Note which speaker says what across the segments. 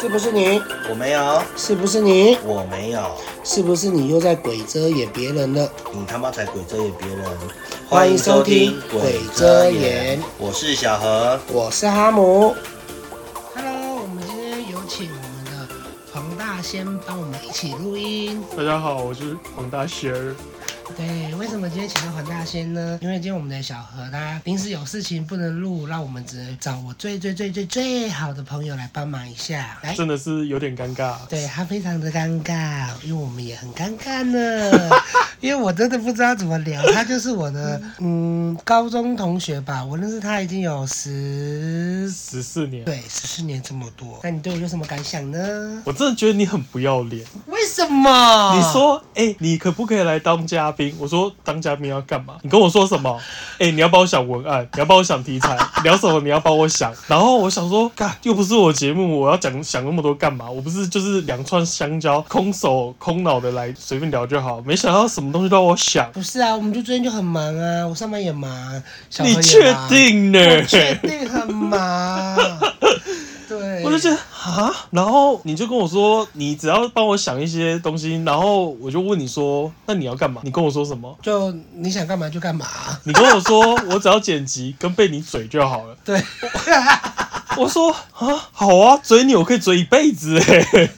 Speaker 1: 是不是你？
Speaker 2: 我没有，
Speaker 1: 是不是你？
Speaker 2: 我没有，
Speaker 1: 是不是你又在鬼遮掩别人了？
Speaker 2: 你他妈才鬼遮眼别人！
Speaker 1: 欢迎收听
Speaker 2: 欢迎收
Speaker 1: 鬼遮眼
Speaker 2: 我是小何。
Speaker 1: 我是哈姆。Hello，我们今天有请我们的黄大仙帮我们一起录音。
Speaker 3: 大家好，我是黄大仙儿。
Speaker 1: 对，为什么今天请到黄大仙呢？因为今天我们的小何他临时有事情不能录，让我们只能找我最最最最最好的朋友来帮忙一下。来，
Speaker 3: 真的是有点尴尬。
Speaker 1: 哎对他非常的尴尬，因为我们也很尴尬呢， 因为我真的不知道怎么聊。他就是我的嗯高中同学吧，我认识他已经有十
Speaker 3: 十四年，
Speaker 1: 对十四年这么多。那你对我有什么感想呢？
Speaker 3: 我真的觉得你很不要脸。
Speaker 1: 为什么？
Speaker 3: 你说，哎、你可不可以来当嘉宾？我说当嘉宾要干嘛？你跟我说什么？ 哎、你要帮我想文案，你要帮我想题材， 聊什么你要帮我想。然后我想说，干，又不是我节目，我要讲想那么多干嘛？我不是就是两串香蕉，空手空脑的来随便聊就好。没想到什么东西都要我想。
Speaker 1: 不是啊，我们就最近就很忙啊，我上班也忙，小何
Speaker 3: 你
Speaker 1: 也
Speaker 3: 确
Speaker 1: 忙？
Speaker 3: 定呢？
Speaker 1: 我确定很忙。对，
Speaker 3: 我就觉得啊，然后你就跟我说，你只要帮我想一些东西，然后我就问你说，那你要干嘛？你跟我说什么？
Speaker 1: 就你想干嘛就干嘛。
Speaker 3: 你跟我说，我只要剪辑跟被你嘴就好了。
Speaker 1: 对，
Speaker 3: 我说啊，好啊，嘴你我可以嘴一辈子哎、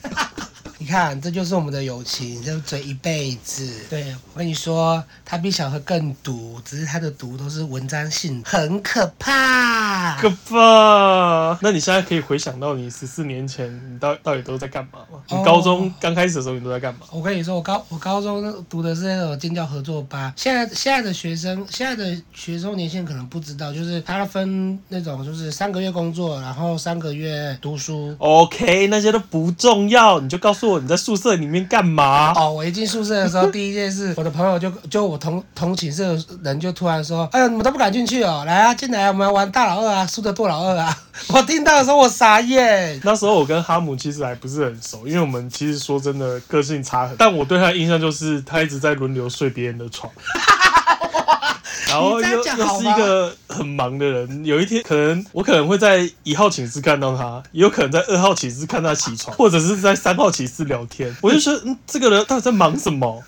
Speaker 1: 你看，这就是我们的友情，就追一辈子。对我跟你说，他比小何更毒，只是他的毒都是文章性，很可怕
Speaker 3: 可。怕。那你现在可以回想到你十四年前，你到到底都在干嘛吗？你高中刚开始的时候，你都在干嘛？
Speaker 1: 我跟你说，我高我高中读的是那种建教合作班，现在现在的学生，现在的学生年限可能不知道，就是他分那种就是三个月工作，然后三个月读书。
Speaker 3: OK，那些都不重要，你就告诉我你在宿舍里面干嘛。
Speaker 1: 哦，我一进宿舍的时候，第一件 事，我的朋友就就我同同寝室的人就突然说：“哎呦，你们都不敢进去哦，来啊，进来啊，我们玩大老二啊，输的剁老二啊！” 我听到的时候我傻眼。
Speaker 3: 那时候我跟哈姆其实还不是很熟，因为我们其实说真的个性差很，但我对他的印象就是他一直在轮流睡别人的床。然后
Speaker 1: 你
Speaker 3: 又
Speaker 1: 这样
Speaker 3: 又
Speaker 1: 讲好
Speaker 3: 是
Speaker 1: 吗
Speaker 3: 一个很忙的人，有一天可能我可能会在一号寝室看到他，也有可能在二号寝室看他起床，或者是在三号寝室聊天。我就觉得，嗯，这个人到底在忙什么？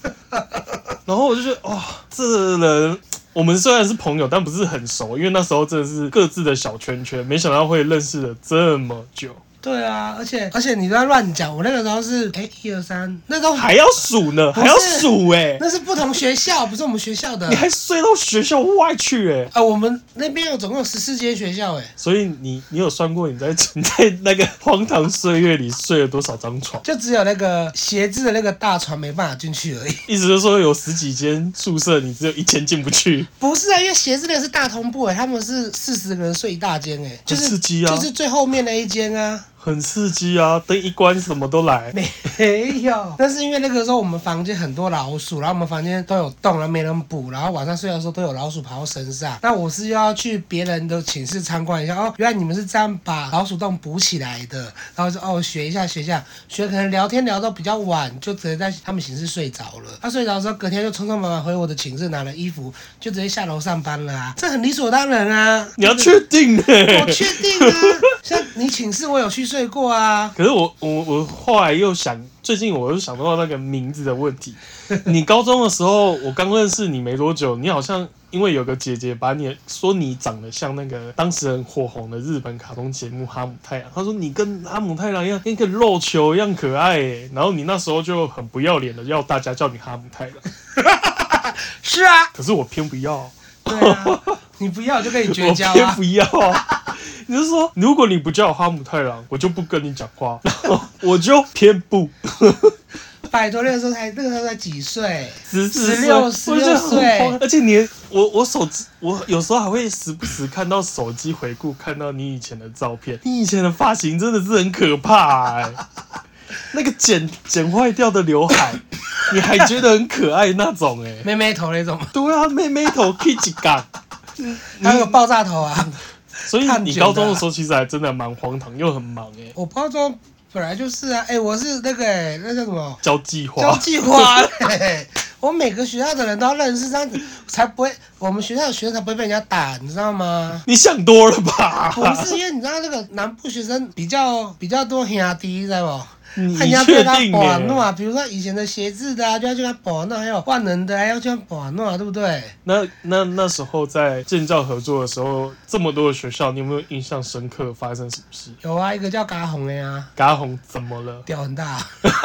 Speaker 3: 然后我就觉得，哇、这人我们虽然是朋友，但不是很熟，因为那时候真的是各自的小圈圈，没想到会认识了这么久。
Speaker 1: 对啊，而且而且你在乱讲，我那个时候是哎一二三，那都
Speaker 3: 还要数呢，
Speaker 1: 不
Speaker 3: 还
Speaker 1: 是
Speaker 3: 要数哎、
Speaker 1: 那是不同学校，不是我们学校的
Speaker 3: 你。还睡到学校外去哎、
Speaker 1: 啊，我们那边有总共有十四间学校，哎，
Speaker 3: 所以你你有算过你在你在那个荒唐岁月里睡了多少张床？
Speaker 1: 就只有那个鞋子的那个大床没办法进去而已。
Speaker 3: 意思就是说有十几间宿舍，你只有一间进不去。
Speaker 1: 不是啊，因为鞋子那个是大通铺哎、他们是四十个人睡一大间哎、就是
Speaker 3: 很刺激啊
Speaker 1: 就是最后面那一间啊，
Speaker 3: 很刺激啊！灯一关，什么都来。
Speaker 1: 没有。但是因为那个时候我们房间很多老鼠，然后我们房间都有洞，然后没人补，然后晚上睡觉的时候都有老鼠爬到身上。那我是要去别人的寝室参观一下哦，原来你们是这样把老鼠洞补起来的，然后就哦学一下学一下，学可能聊天聊到比较晚，就直接在他们寝室睡着了。他睡着之后，隔天就匆匆忙忙回我的寝室拿了衣服，就直接下楼上班了啊，这很理所当然啊。
Speaker 3: 你要确定哎、
Speaker 1: 我确定啊， 像你寝室我有去睡过啊。
Speaker 3: 可是我我我后来又想，最近我又想到那个名字的问题。你高中的时候，我刚认识你没多久，你好像因为有个姐姐把你说你长得像那个当时很火红的日本卡通节目《哈姆太郎》，她说你跟哈姆太郎一样，跟个肉球一样可爱、欸。然后你那时候就很不要脸的要大家叫你哈姆太郎，
Speaker 1: 是啊，
Speaker 3: 可是我偏不要，
Speaker 1: 对啊，你不要我就跟你绝
Speaker 3: 我
Speaker 1: 交
Speaker 3: 偏
Speaker 1: 啊
Speaker 3: 不。要。 你就说，如果你不叫我哈姆太郎，我就不跟你讲话， 然后我就偏不。
Speaker 1: 拜托，那个时候才那个时候才几岁，
Speaker 3: 十四
Speaker 1: 16
Speaker 3: 我觉得很
Speaker 1: 岁
Speaker 3: 慌而且你我我手机，我有时候还会时不时看到手机回顾，看到你以前的照片，你以前的发型真的是很可怕、哎，那个剪剪坏掉的刘海，你还觉得很可爱那种哎、
Speaker 1: 妹妹头那种，
Speaker 3: 对啊，妹妹头 K 几杠，
Speaker 1: 还有爆炸头啊。
Speaker 3: 所以
Speaker 1: 烫
Speaker 3: 你
Speaker 1: 卷的啊
Speaker 3: 高中的时候其实还真的蛮荒唐，又很忙哎、
Speaker 1: 我高中本来就是啊，哎、我是那个、哎那叫什么
Speaker 3: 交际花
Speaker 1: 交际花、哎 我每个学校的人都要认识，这样子才不会，我们学校的学生才不会被人家打，你知道吗？
Speaker 3: 你想多了吧？
Speaker 1: 不是因为你知道那个南部学生比较比较多兄弟，知道不？
Speaker 3: 你
Speaker 1: 他人家
Speaker 3: 确
Speaker 1: 被他
Speaker 3: 定
Speaker 1: 保
Speaker 3: 耶
Speaker 1: 弄啊，比如说以前的写字的啊，就要去他保弄，还有万能的、啊、要去他保弄啊，对不对？
Speaker 3: 那那那时候在建教合作的时候，这么多的学校，你有没有印象深刻发生什么事？
Speaker 1: 有啊，一个叫嘎红的呀、啊，
Speaker 3: 嘎红怎么了？
Speaker 1: 屌很大，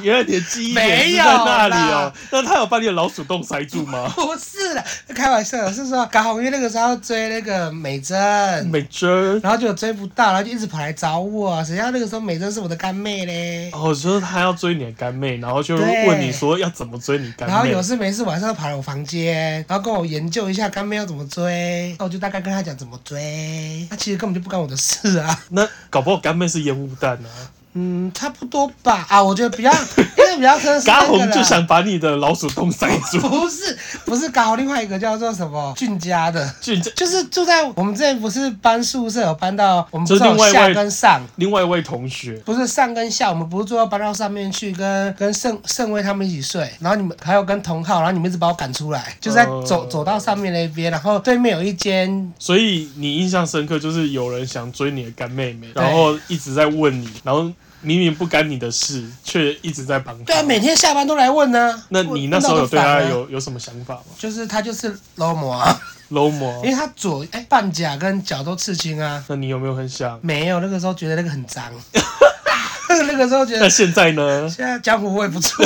Speaker 3: 原来你的记忆点是在那里哦。那他有把你的老鼠洞塞住吗？
Speaker 1: 不是啦，开玩笑的，是说嘎红因为那个时候要追那个美珍，
Speaker 3: 美珍，
Speaker 1: 然后就追不到，然后就一直跑来找我，啊谁叫那个时候美珍是我的干妹嘞。
Speaker 3: 哦，就是他要追你的干妹，然后就
Speaker 1: 对
Speaker 3: 问你说要怎么追你干
Speaker 1: 然后
Speaker 3: 妹
Speaker 1: 有。事没事晚上跑来我房间，然后跟我研究一下干妹要怎么追，那我就大概跟他讲怎么追。他其实根本就不干我的事啊，
Speaker 3: 那搞不好干妹是烟雾弹啊！
Speaker 1: 嗯，差不多吧。啊，我觉得比 较，因为比较深是
Speaker 3: 嘎
Speaker 1: 那个
Speaker 3: 红
Speaker 1: 啦
Speaker 3: 就想把你的老鼠洞塞住。
Speaker 1: 不是不是搞另外一个叫做什么俊家的，
Speaker 3: 俊这
Speaker 1: 就是住在我们之前不是搬宿舍有搬到我们
Speaker 3: 就是
Speaker 1: 不是有
Speaker 3: 另外一
Speaker 1: 下
Speaker 3: 位
Speaker 1: 跟上。
Speaker 3: 另外一位同学，
Speaker 1: 不是上跟下，我们不是最后搬到上面去跟跟盛盛威他们一起睡，然后你们还有跟同号，然后你们一直把我赶出来，就在
Speaker 3: 哦
Speaker 1: 走、走到上面那边，然后对面有一间
Speaker 3: 所以你印象深刻就是有人想追你的干妹妹，然后一直在问你，然后明明不干你的事，却一直在帮她。
Speaker 1: 对啊，每天下班都来问呢、
Speaker 3: 那你那时候有对
Speaker 1: 他
Speaker 3: 她？有有什么想法吗
Speaker 1: 啊就是他就是 low 模啊，
Speaker 3: ？low
Speaker 1: 因
Speaker 3: 模，
Speaker 1: 为他左哎、半甲跟脚都刺青啊，
Speaker 3: 那你有没有很想？
Speaker 1: 没有那个时候觉得那个很 脏，那个时候觉
Speaker 3: 那
Speaker 1: 得
Speaker 3: 现在呢？
Speaker 1: 现在江湖味不 错，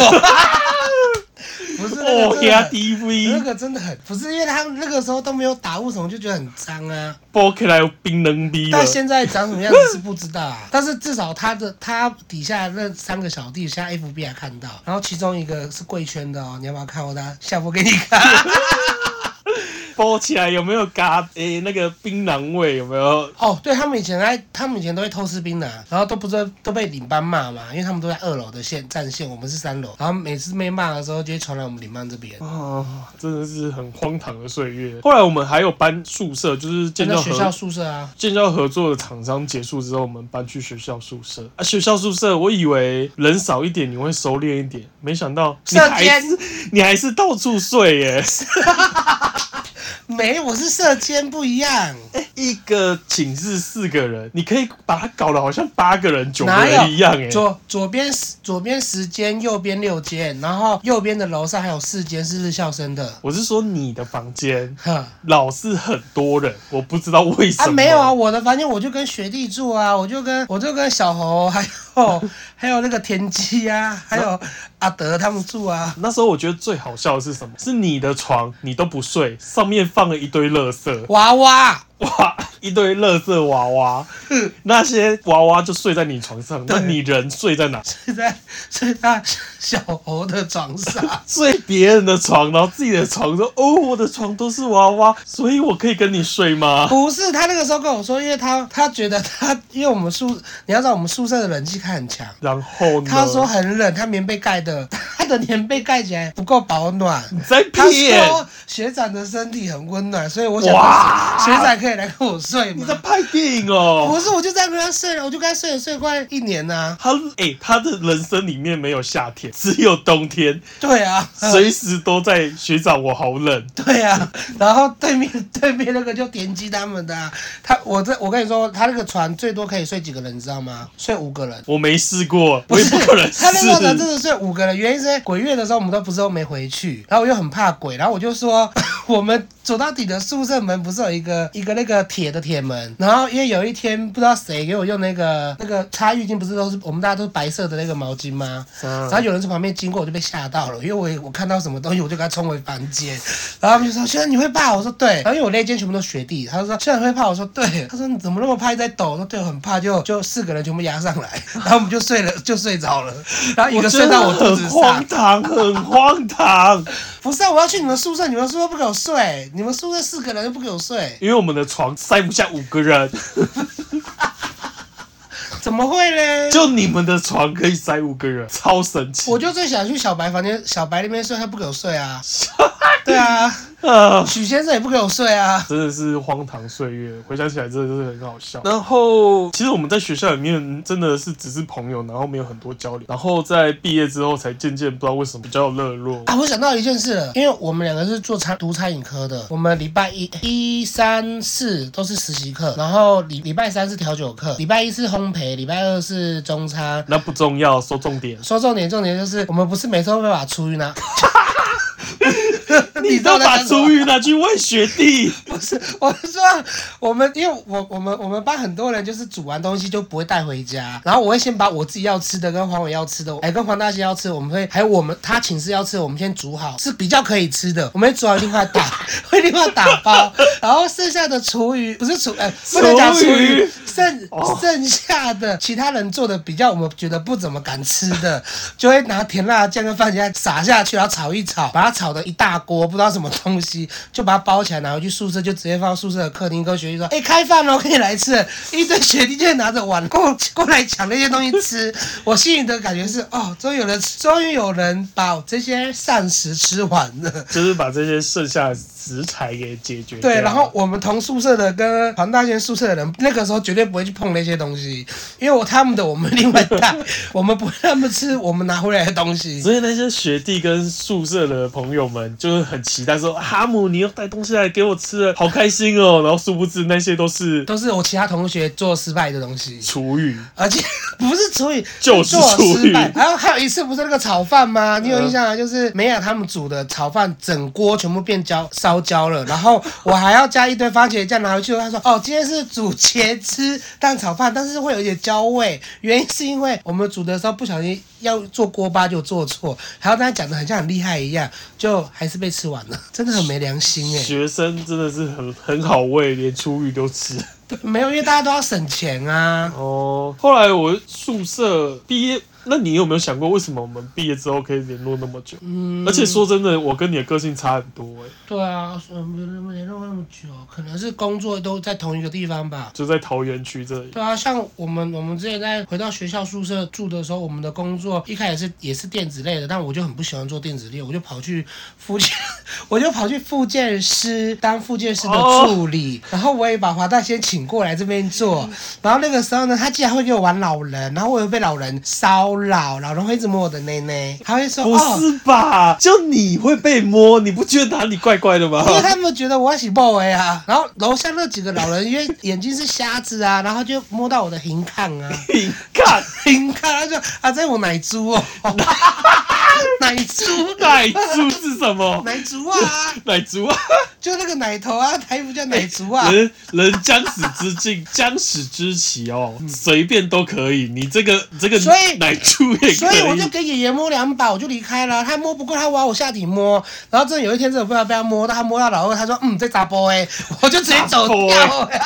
Speaker 1: 不是那
Speaker 3: 哦
Speaker 1: 个，真的
Speaker 3: 压
Speaker 1: 很。那
Speaker 3: DV
Speaker 1: 个真的很不是，因为他们那个时候都没有打雾什么，就觉得很脏啊。
Speaker 3: 包起来有冰冷逼了
Speaker 1: 但。现在长什么样子是不知道啊。 但是至少他的他底下那三个小弟，现在 FB 还看到，然后其中一个是贵圈的哦，你要不要看我的下播给你看？
Speaker 3: 包起来有没有嘎？诶、那个槟榔味有没有？
Speaker 1: 哦，对他们以前在，他们以前都会偷吃槟榔，然后都不知道都被领班骂嘛，因为他们都在二楼的线战线，我们是三楼，然后每次被骂的时候就会传来我们领班这边。
Speaker 3: 哦，真的是很荒唐的岁月。后来我们还有搬宿舍，就是建
Speaker 1: 在
Speaker 3: 教
Speaker 1: 学校
Speaker 3: 合
Speaker 1: 宿舍啊，
Speaker 3: 建教合作的厂商结束之后，我们搬去学校宿舍。啊，学校宿舍我以为人少一点你会收敛一点，没想到你
Speaker 1: 射
Speaker 3: 还
Speaker 1: 箭
Speaker 3: 是 你还是到处睡耶。
Speaker 1: 没，我是射监不一样，
Speaker 3: 一个寝室四个人，你可以把它搞得好像八个人、九个
Speaker 1: 哪有
Speaker 3: 人一样哎、
Speaker 1: 左左边十左边十间，右边六间，然后右边的楼上还有四间是日校生的，
Speaker 3: 我是说你的房间
Speaker 1: 哼。
Speaker 3: 老是很多人，我不知道为什
Speaker 1: 啊，
Speaker 3: 么。
Speaker 1: 没有啊，，我的房间我就跟学弟住啊，我就跟我就跟小猴，还有 还有那个田鸡啊，还有阿德他们住啊。
Speaker 3: 那时候我觉得最好笑的是什么？是你的床你都不睡，上面放了一堆垃圾，
Speaker 1: 娃娃，
Speaker 3: 哇，一堆垃圾娃娃，那些娃娃就睡在你床上，那你人睡在哪？，
Speaker 1: 睡在睡在小猴的床上
Speaker 3: 睡别人的床，然后自己的床说：“哦，我的床都是娃娃，所以我可以跟你睡吗？”
Speaker 1: 不是他那个时候跟我说，因为他他觉得他，因为我们宿，你要知道我们宿舍的冷气开很强，
Speaker 3: 然后呢？
Speaker 1: 他说很冷，他棉被盖的， 他的棉被盖起来不够保暖。
Speaker 3: 你在
Speaker 1: 他
Speaker 3: 骗，
Speaker 1: 说学长的身体很温暖，所以我想
Speaker 3: 哇
Speaker 1: 学长可以来跟我睡
Speaker 3: 你
Speaker 1: 嘛
Speaker 3: 在。拍电影哦。
Speaker 1: 不是，我就这样跟他睡了，我就跟他睡了睡快一年呐、
Speaker 3: 他哎、他的人生里面没有夏天，只有冬天，
Speaker 1: 对啊，
Speaker 3: 随时都在学长我好冷。
Speaker 1: 对啊。然后对面对面那个就田鸡他们的、啊，他我这我跟你说，他那个船最多可以睡几个人，你知道吗？睡五个人。
Speaker 3: 我没试过，
Speaker 1: 不
Speaker 3: 我也
Speaker 1: 是
Speaker 3: 不可能，试
Speaker 1: 他。那个船真的睡五个人，原因是因为鬼月的时候我们都不是都没回去，然后我又很怕鬼，然后我就说 我们走到底的宿舍门不是有一个一个那个铁的铁门，然后因为有一天不知道谁给我用那个那个擦浴巾，不是都是我们大家都是白色的那个毛巾吗？然后有人从旁边经过，我就被吓到了，因为我也我看到什么东西，我就给他冲回房间。然后他们就说：“现在你会怕？”我说：“对。”然后因为我那间全部都学弟，他就说：“现在你会怕？”我说：“对。”他说：“你怎么那么怕？一直在抖？”我说：“对，我很怕。就”就四个人全部压上来，然后我们就睡了，就睡着了。 然后一
Speaker 3: 我
Speaker 1: 个
Speaker 3: 觉
Speaker 1: 睡
Speaker 3: 得
Speaker 1: 到我肚子
Speaker 3: 很荒
Speaker 1: 上。
Speaker 3: 唐，很荒唐。
Speaker 1: 不是、啊，我要去你们宿舍，你们宿舍不给我睡，你们宿舍四个人又不给我睡，
Speaker 3: 因为我们的床塞不下五个人，
Speaker 1: 怎么会嘞？
Speaker 3: 就你们的床可以塞五个人，超神 奇。
Speaker 1: 我就最想去小白房间，小白那边睡，他不给我睡啊。对啊，
Speaker 3: 啊，
Speaker 1: 许先生也不给我睡啊。
Speaker 3: 真的是荒唐岁月，回想起来真的是很好笑。然后，其实我们在学校里面真的是只是朋友，然后没有很多交流。然后在毕业之后才渐渐不知道为什么比较热络。
Speaker 1: 啊，我想到一件事了，因为我们两个是做餐读餐饮科的，我们礼拜一、一三四都是实习课，然后礼礼拜三是调酒课，礼拜一是烘焙，礼拜二是中餐。
Speaker 3: 那不重要，说重点。
Speaker 1: 说重点，重点就是我们不是每次都会把厨余拿， 你
Speaker 3: 你都
Speaker 1: 在
Speaker 3: 把
Speaker 1: 干什么
Speaker 3: 厨余拿去喂学弟，
Speaker 1: 不是， 我是说我们，因为我我们我们班很多人就是煮完东西就不会带回家，然后我会先把我自己要吃的跟黄伟要吃的，哎，跟黄大仙要吃的，我们会还有我们他寝室要吃的，我们先煮好，是比较可以吃的，我们会煮好另外打， 会另外打包，然后剩下的厨余不是厨，哎，不能讲厨
Speaker 3: 厨
Speaker 1: 余
Speaker 3: 余，
Speaker 1: 剩
Speaker 3: 哦
Speaker 1: 剩下的其他人做的比较我们觉得不怎么敢吃的， 就会拿甜辣酱跟番茄撒下去，然后炒一炒，把它炒的一大锅，不知道什么东西，就把它包起来拿回去宿舍，就直接放到宿舍的客厅，跟学弟说：“哎、开饭了，可以来吃。”一堆学弟就拿着碗过过来抢那些东西吃。 我心里的感觉是：哦，终于有人，终于有人把这些膳食吃完了。
Speaker 3: 就是把这些剩下的食材给解决掉。
Speaker 1: 对，然后我们同宿舍的跟黄大仙宿舍的人，那个时候绝对不会去碰那些东西，因为我他们的我们另外带，我们不会让他们吃我们拿回来的东西。
Speaker 3: 所以那些学弟跟宿舍的朋友们就是很期待说，哈姆你又带东西来给我吃了，好开心哦。然后殊不知那些都是
Speaker 1: 都是我其他同学做失败的东西，
Speaker 3: 厨余，
Speaker 1: 而且 不是厨余，
Speaker 3: 啊就是嗯
Speaker 1: 做失败
Speaker 3: 厨余。
Speaker 1: 然后还有一次不是那个炒饭吗？你有印象啊？就是美雅他们煮的炒饭，整锅全部变焦烧焦了，然后我还要加一堆番茄酱拿回去。他说：“哦，今天是煮茄汁蛋炒饭，但是会有一点焦味，原因是因为我们煮的时候不小心要做锅巴就做错，还要跟他讲的很像很厉害一样，就还是被吃完了，真的很没良心哎、
Speaker 3: 学生真的是很很好喂，连厨余都吃。
Speaker 1: 没有，因为大家都要省钱啊。”
Speaker 3: 哦，后来我宿舍毕业，那你有没有想过为什么我们毕业之后可以联络那么久？嗯，而且说真的，我跟你的个性差很多哎、
Speaker 1: 对啊，所以没那么联络那么久，可能是工作都在同一个地方吧。
Speaker 3: 就在桃园区这 里。
Speaker 1: 对啊，像我们我们之前在回到学校宿舍住的时候，我们的工作一开始是也是电子类的，但我就很不喜欢做电子类，我就跑去附件， 我就跑去附件师当附件师的助理，然后我也把华大先请过来这边做，然后那个时候呢，他竟然会给我玩老人，然后我又被老人骚扰，老人会一直摸我的内内，他会说
Speaker 3: 不
Speaker 1: 哦。
Speaker 3: 是吧？就你会被摸，你不觉得哪里怪怪的 吗？
Speaker 1: 因为他们觉得我喜鲍威啊，然后楼下那几个老人因为眼睛是瞎子啊， 然后就摸到我的银抗啊，
Speaker 3: 你看，
Speaker 1: 银抗，他就啊，这我奶猪哦， 奶猪
Speaker 3: 奶猪是什 么？
Speaker 1: 奶猪啊，
Speaker 3: 奶猪啊！
Speaker 1: 就那个奶头啊，台服叫奶猪 啊，
Speaker 3: 人人将死之境，将死之期哦，随便都可以。你这个你这个
Speaker 1: 嗯所以
Speaker 3: 奶猪也
Speaker 1: 所
Speaker 3: 可
Speaker 1: 以我就
Speaker 3: 以。
Speaker 1: 给爷爷摸两把，我就离开了。他摸不过，他往我下体摸，然后真的有一天真的不知道被他摸到，他摸到老二，他说嗯这咋波哎，我就直接走掉。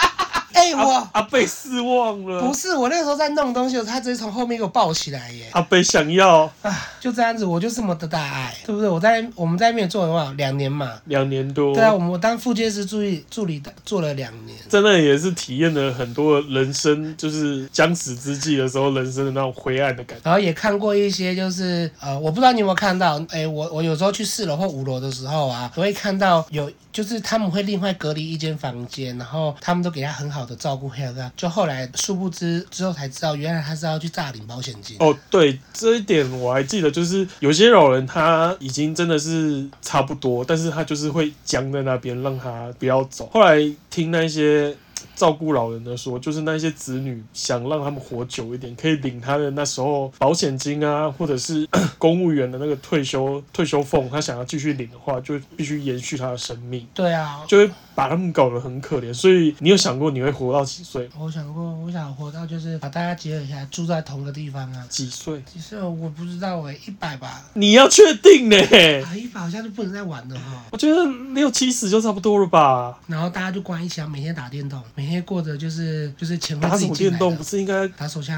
Speaker 1: 哎、我
Speaker 3: 阿阿贝失望了
Speaker 1: 不，是我那个时候在弄东西的时候，他直接从后面给我抱起来耶。
Speaker 3: 阿贝想要
Speaker 1: 啊，就这样子，我就这么的大爱，对不对？我在我们在那边做了多少两年嘛，
Speaker 3: 两年多，
Speaker 1: 对啊，我们我当副监师助理助理的做了两年，
Speaker 3: 在那里也是体验了很多人生，就是将死之际的时候，人生的那种灰暗的感觉。
Speaker 1: 然后也看过一些就是呃，我不知道你有没有看到，哎，我我有时候去四楼或五楼的时候啊，我会看到有就是他们会另外隔离一间房间，然后他们都给他很好的照顾，还有他就后来殊不知之后才知道，原来他是要去诈领保险金。
Speaker 3: 哦，对这一点我还记得，就是有些老人他已经真的是差不多，但是他就是会僵在那边，让他不要走。后来听那些照顾老人的说，就是那些子女想让他们活久一点，可以领他的那时候保险金啊，或者是 公务员的那个退休退休俸，他想要继续领的话，就必须延续他的生命，
Speaker 1: 对啊，
Speaker 3: 就会把他们搞得很可怜。所以你有想过你会活到几岁？
Speaker 1: 我想过，我想活到就是把大家结合起来住在同个地方啊。
Speaker 3: 几岁？
Speaker 1: 其实我不知道哎、一百吧，
Speaker 3: 你要确定呢、
Speaker 1: 啊，一百好像就不能再玩了哈。
Speaker 3: 我觉得六七十就差不多了吧。
Speaker 1: 然后大家就关一起啊，每天打电动，每天过着就是就是钱会
Speaker 3: 打
Speaker 1: 自
Speaker 3: 什
Speaker 1: 己
Speaker 3: 么
Speaker 1: 进
Speaker 3: 电
Speaker 1: 来
Speaker 3: 动
Speaker 1: 的
Speaker 3: 不。是应该
Speaker 1: 打手枪？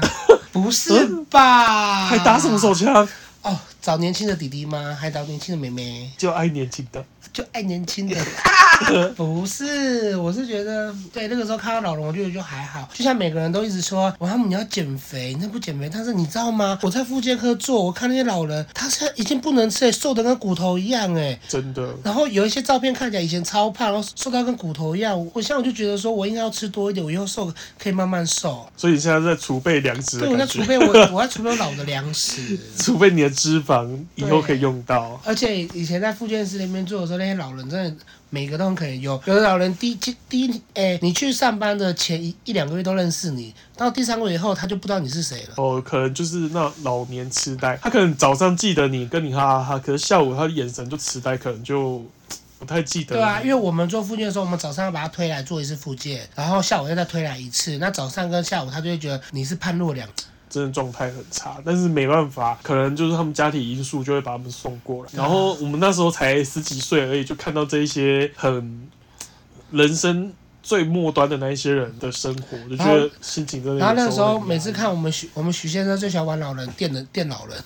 Speaker 1: 不是吧？
Speaker 3: 还打什么手？枪？
Speaker 1: 哦，找年轻的弟弟吗？还找年轻的妹妹？
Speaker 3: 就爱年轻的。
Speaker 1: 就爱年轻 的。不是，我是觉得，对那个时候看到老人，我觉得就还好。就像每个人都一直说，王他们你要减肥，你那不减肥，但是你知道吗？我在复健科做，我看那些老人，他现在已经不能吃，瘦的跟骨头一样，哎。
Speaker 3: 真的，
Speaker 1: 然后有一些照片看起来以前超胖，然后瘦到跟骨头一样。我现在我就觉得说，我应该要吃多一点，我以后瘦可以慢慢瘦。
Speaker 3: 所以你现在在储备粮食
Speaker 1: 对，
Speaker 3: 的
Speaker 1: 我在
Speaker 3: 感
Speaker 1: 储
Speaker 3: 觉，
Speaker 1: 备我， 我在储备老的粮食。
Speaker 3: 储备你的脂肪，以后可以用到。
Speaker 1: 而且以前在复健室那边做的时候，那些老人真的每个都很可怜。有有的老人第一第第一，哎、你去上班的前一一两个月都认识你，到第三个月以后他就不知道你是谁了。
Speaker 3: 哦，可能就是那老年痴呆，他可能早上记得你跟你哈哈哈，可是下午他的眼神就痴呆，可能就不太记得。
Speaker 1: 对啊，因为我们做复健的时候，我们早上要把他推来做一次复健，然后下午要再推来一次。那早上跟下午，他就会觉得你是判若两人。
Speaker 3: 真的状态很差，但是没办法，可能就是他们家庭因素就会把他们送过来。然后我们那时候才十几岁而已，就看到这一些很人生最末端的那一些人的生活，就觉
Speaker 1: 然后
Speaker 3: 得心情真的有
Speaker 1: 然后那时候
Speaker 3: 很压抑
Speaker 1: 每次看我们许我们许先生最喜欢玩老人电人电老人，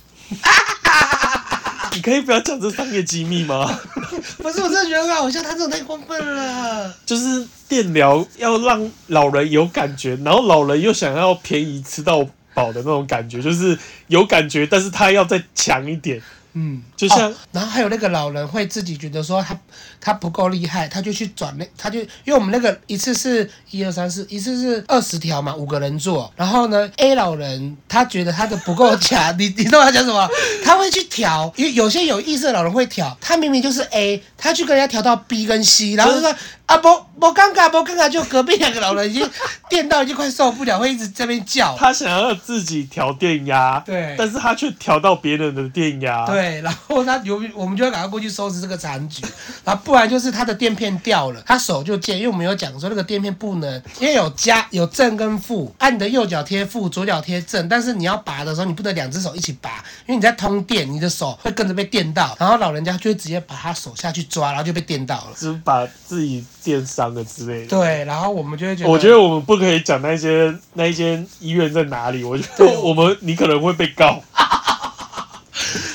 Speaker 3: 你可以不要讲这商业机密吗？
Speaker 1: 不是我真的觉得很好笑，他真的太过分了。
Speaker 3: 就是电疗要让老人有感觉，然后老人又想要便宜吃到饱的那种感觉，就是有感觉，但是他要再强一点，
Speaker 1: 嗯，
Speaker 3: 就像
Speaker 1: 哦然后还有那个老人会自己觉得说他他不够厉害，他就去转那，他就因为我们那个一次是一二三四，一次是二十条嘛，五个人做。然后呢，A 老人他觉得他的不够强， 你你懂我在讲什么？他会去调，因为有些有意识的老人会调，他明明就是 A，他去跟人家调到 B 跟 C，然后就说啊不不尴尬不尴尬，就隔壁两个老人已经电到已经快受不了，会一直在那边叫。
Speaker 3: 他想要自己调电压，
Speaker 1: 对
Speaker 3: 但是他却调到别人的电压，，
Speaker 1: 对，然后他有我们就要赶快过去收拾这个残局， 然后不然就是他的垫片掉了，他手就贱，因为我们有讲说那个垫片不能，因为有加有正跟负，按、你的右脚贴负，左脚贴正，但是你要拔的时候你不能两只手一起拔，因为你在通电，你的手会跟着被电到，然后老人家就会直接把他手下去抓，然后就被电到了。
Speaker 3: 就是把自己电伤了之类的。
Speaker 1: 对，然后我们就会觉得，
Speaker 3: 我觉得我们不可以讲那些那一间医院在哪里，我觉得我们你可能会被告，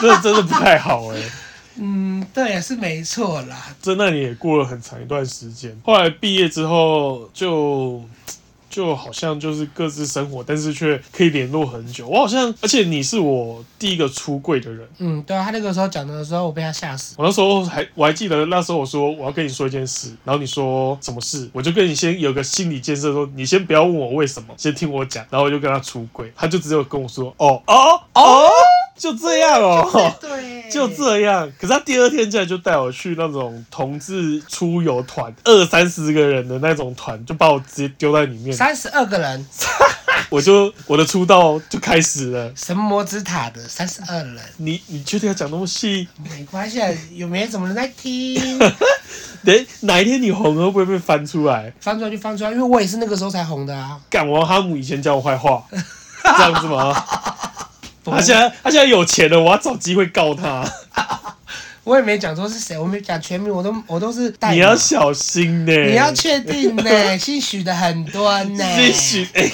Speaker 3: 这真的不太好哎、
Speaker 1: 嗯，对，是没错啦，
Speaker 3: 在那里也过了很长一段时间。后来毕业之后就。就好像就是各自生活，但是却可以联络很久。我好像，而且你是我第一个出柜的人。
Speaker 1: 嗯，对啊，他那个时候讲的时候，我被他吓死。
Speaker 3: 我那时候还我还记得，那时候我说我要跟你说一件事，然后你说什么事，我就跟你先有个心理建设，说你先不要问我为什么，先听我讲。然后我就跟他出轨，他就只有跟我说哦哦哦，就这样哦。
Speaker 1: 对，
Speaker 3: 就这样，可是他第二天竟然就带我去那种同志出游团，二三十个人的那种团，就把我直接丢在里面，
Speaker 1: 三十二个人，
Speaker 3: 我就我的出道就开始了。
Speaker 1: 神魔之塔的三十二人。
Speaker 3: 你你确定要讲那么细？
Speaker 1: 没关系，啊，有没什么人在 听？
Speaker 3: 等哪一天你红了会不会被翻出来？
Speaker 1: 翻出来就翻出来，因为我也是那个时候才红的啊。
Speaker 3: 干王哈姆以前讲我 坏话，这样子吗？
Speaker 1: 不
Speaker 3: 他现在他现在有钱了，我要找机会告他。
Speaker 1: 我也没讲说是谁，我没讲全名，我都我都是代码。
Speaker 3: 你要小心呢、
Speaker 1: 哎你要确定 呢，姓许的很多呢，
Speaker 3: 继续哎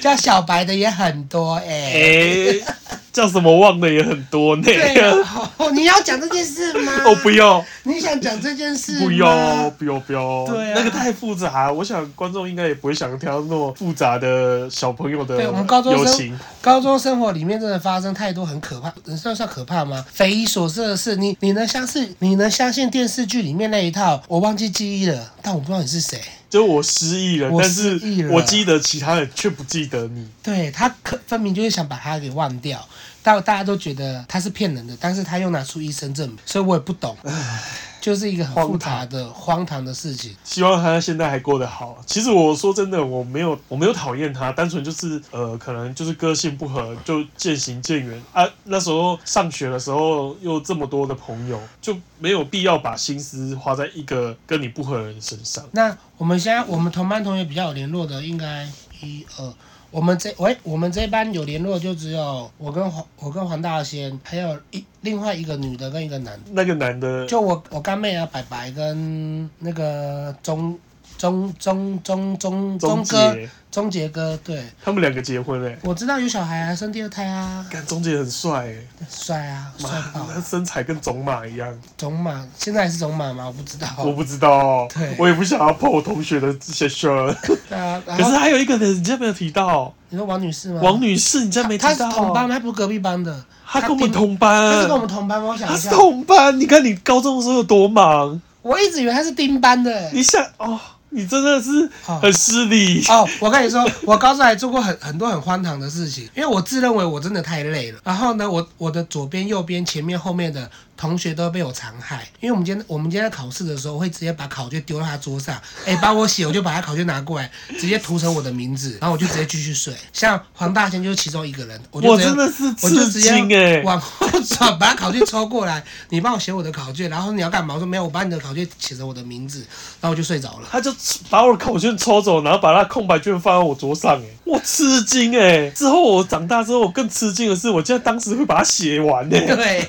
Speaker 1: 叫小白的也很多哎、
Speaker 3: 哎，叫什么忘的也很多呢、
Speaker 1: 对啊、哦，你要讲这件事吗？
Speaker 3: 哦，不要，
Speaker 1: 你想讲这件事吗？
Speaker 3: 不要，不要，不要！
Speaker 1: 对啊
Speaker 3: 那个太复杂，我想观众应该也不会想挑那么复杂的小朋友的
Speaker 1: 对我们高中
Speaker 3: 友
Speaker 1: 生
Speaker 3: 情。
Speaker 1: 高中生活里面真的发生太多很可怕，你算算可怕吗？匪夷所思的事，你你能相信你能相信电视剧里面那一套？我忘记记忆了，但我不知道你是谁。
Speaker 3: 就我失忆了，
Speaker 1: 我
Speaker 3: 但
Speaker 1: 失
Speaker 3: 是
Speaker 1: 忆了
Speaker 3: 我记得其他人却不记得你。
Speaker 1: 对他可分明就是想把他给忘掉，但大家都觉得他是骗人的，但是他又拿出医生证明，所以我也不懂，就是一个很复杂的荒唐的事情。
Speaker 3: 希望他现在还过得好。其实我说真的，我没有我没有讨厌他，单纯就是呃，可能就是个性不合，就渐行渐远啊。那时候上学的时候又这么多的朋友，就没有必要把心思花在一个跟你不合的人身上。
Speaker 1: 那我们现在我们同班同学比较有联络的，应该一二。我们这喂，我们这班有联络就只有我跟黄，我跟黄大仙，还有一另外一个女的跟一个男的，
Speaker 3: 那个男的，
Speaker 1: 就我我干妹啊，白白跟那个钟钟钟钟钟
Speaker 3: 钟
Speaker 1: 钟哥
Speaker 3: 杰，
Speaker 1: 钟杰哥，对
Speaker 3: 他们两个结婚嘞、
Speaker 1: 我知道有小孩啊，生第二胎啊，
Speaker 3: 看钟杰很帅、欸，
Speaker 1: 帅啊，
Speaker 3: 妈
Speaker 1: 帅，爆
Speaker 3: 他
Speaker 1: 了，
Speaker 3: 身材跟种马一样，
Speaker 1: 种马，现在还是种马吗？我不知道。
Speaker 3: 我不知道
Speaker 1: 哦
Speaker 3: 哦
Speaker 1: 对，
Speaker 3: 我也不想要碰我同学的先生。
Speaker 1: 对啊，然
Speaker 3: 可是
Speaker 1: 后
Speaker 3: 还有一个人，你竟然没有提到，
Speaker 1: 你说王女士吗？
Speaker 3: 王女士，你竟然没提
Speaker 1: 她
Speaker 3: 到，
Speaker 1: 是同班吗，她不是隔壁班的，
Speaker 3: 她跟我们
Speaker 1: 听
Speaker 3: 同
Speaker 1: 她
Speaker 3: 班，
Speaker 1: 是跟我们同班吗？我想
Speaker 3: 她
Speaker 1: 一
Speaker 3: 呃是
Speaker 1: 下，
Speaker 3: 同班，你看你高中的时候有多忙，
Speaker 1: 我一直以为她是丁班的、欸
Speaker 3: 你想哦，你真的是很失礼。
Speaker 1: 哦，我跟你说，我高中还做过很很多很荒唐的事情，因为我自认为我真的太累了。然后呢，我我的左边、右边、前面、后面的同学都被我残害，因为我们今天我们今天在考试的时候，我会直接把考卷丢到他桌上， 哎，帮我写，我就把他考卷拿过来，直接涂成我的名字，然后我就直接继续睡。像黄大仙就是其中一个人，我就
Speaker 3: 我
Speaker 1: 直接
Speaker 3: 真的是
Speaker 1: 我就
Speaker 3: 吃
Speaker 1: 直
Speaker 3: 惊
Speaker 1: 接
Speaker 3: 哎、
Speaker 1: 往后转，把考卷抽过来，你帮我写我的考卷，然后你要干嘛？我说没有，我把你的考卷写成我的名字，然后我就睡着了。
Speaker 3: 他就把我的考卷抽走，然后把他空白卷放在我桌上、哎，我吃惊哎、之后我长大之后，我更吃惊的是，我竟然当时会把它写完哎、
Speaker 1: 对。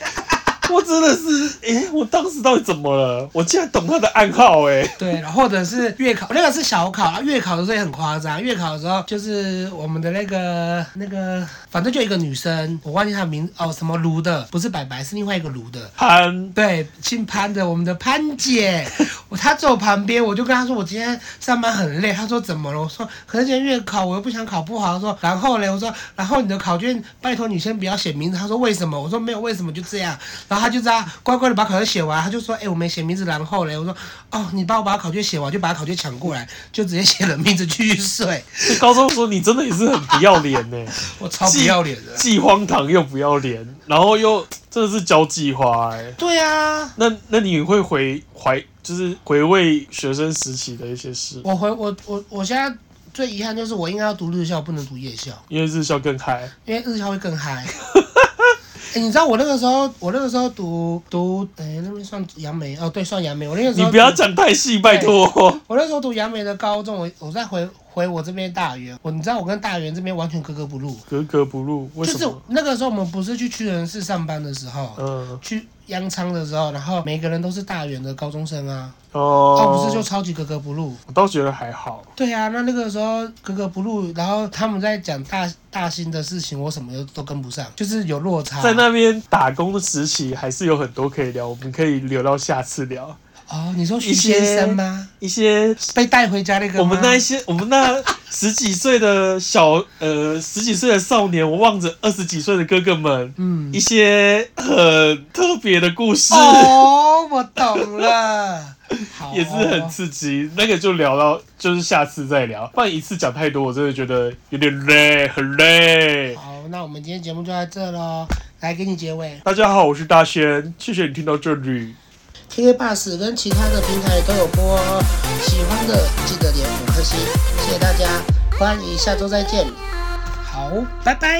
Speaker 3: 我真的是，哎、我当时到底怎么了？我竟然懂他的暗号哎、
Speaker 1: 对，然后或者是月考，那个是小考，啊月考的时候也很夸张。月考的时候就是我们的那个那个，反正就一个女生，我忘记她名哦，什么卢的，不是白白，是另外一个卢的。
Speaker 3: 潘，
Speaker 1: 对，姓潘的，我们的潘姐， 我她坐我旁边，我就跟她说我今天上班很累，她说怎么了？我说可是今天月考，我又不想考不好。她说然后嘞，我说然后你的考卷拜托你先不要写名字。她说为什么？我说没有为什么就这样。然后她就这样乖乖的把考卷写完，她就说哎、我没写名字，然后嘞，我说哦你帮我把考卷写完，就把考卷抢过来，就直接写了名字继续睡，
Speaker 3: 这高中的时候你真的也是很不要脸哎、
Speaker 1: 我超不要脸的。
Speaker 3: 既荒唐又不要脸，然后又真的是交际花哎、
Speaker 1: 对啊，
Speaker 3: 那那你会回怀，就是回味学生时期的一些事，
Speaker 1: 我回我我我现在最遗憾就是我应该要读日校，不能读夜校。
Speaker 3: 因为日校更嗨。
Speaker 1: 因为日校会更嗨。 欸、你知道我那个时候，我那个时候读读，哎、那边算杨梅哦，对，算杨梅。我那个时
Speaker 3: 你
Speaker 1: 候
Speaker 3: 不要，讲太细，拜托。
Speaker 1: 我那时候读杨梅的高中，我我再回回我这边大园，我你知道我跟大园这边完全格格不入。
Speaker 3: 格格不入，为
Speaker 1: 就
Speaker 3: 什
Speaker 1: 是
Speaker 3: 么？
Speaker 1: 那个时候我们不是去屈臣氏上班的时候，
Speaker 3: 嗯，
Speaker 1: 去央昌的时候，然后每个人都是大园的高中生啊，那、
Speaker 3: 哦，
Speaker 1: 不是就超级格格不入。
Speaker 3: 我倒觉得还好。
Speaker 1: 对啊，那那个时候格格不入，然后他们在讲大大兴的事情，我什么都都跟不上，就是有落差。
Speaker 3: 在那边打工的时期，还是有很多可以聊，我们可以留到下次聊
Speaker 1: 哦，你说徐
Speaker 3: 一些
Speaker 1: 先生吗？
Speaker 3: 一些
Speaker 1: 被带回家那个吗
Speaker 3: 我们那一些我们 那十几岁的小呃十几岁的少年，我望着二十几岁的哥哥们，
Speaker 1: 嗯
Speaker 3: 一些很特别的故事，
Speaker 1: 哦，我懂了，好哦
Speaker 3: 也是很刺激。那个就聊到，就是下次再聊，不然一次讲太多，我真的觉得有点累，很累。
Speaker 1: 好。那我们今天节目就到这喽，来给你结尾。
Speaker 3: 大家好，我是大轩，谢谢你听到这里。
Speaker 1: KK Bus 跟其他的平台都有播哦，喜欢的记得点五颗星，谢谢大家，欢迎下周再见。好，拜拜。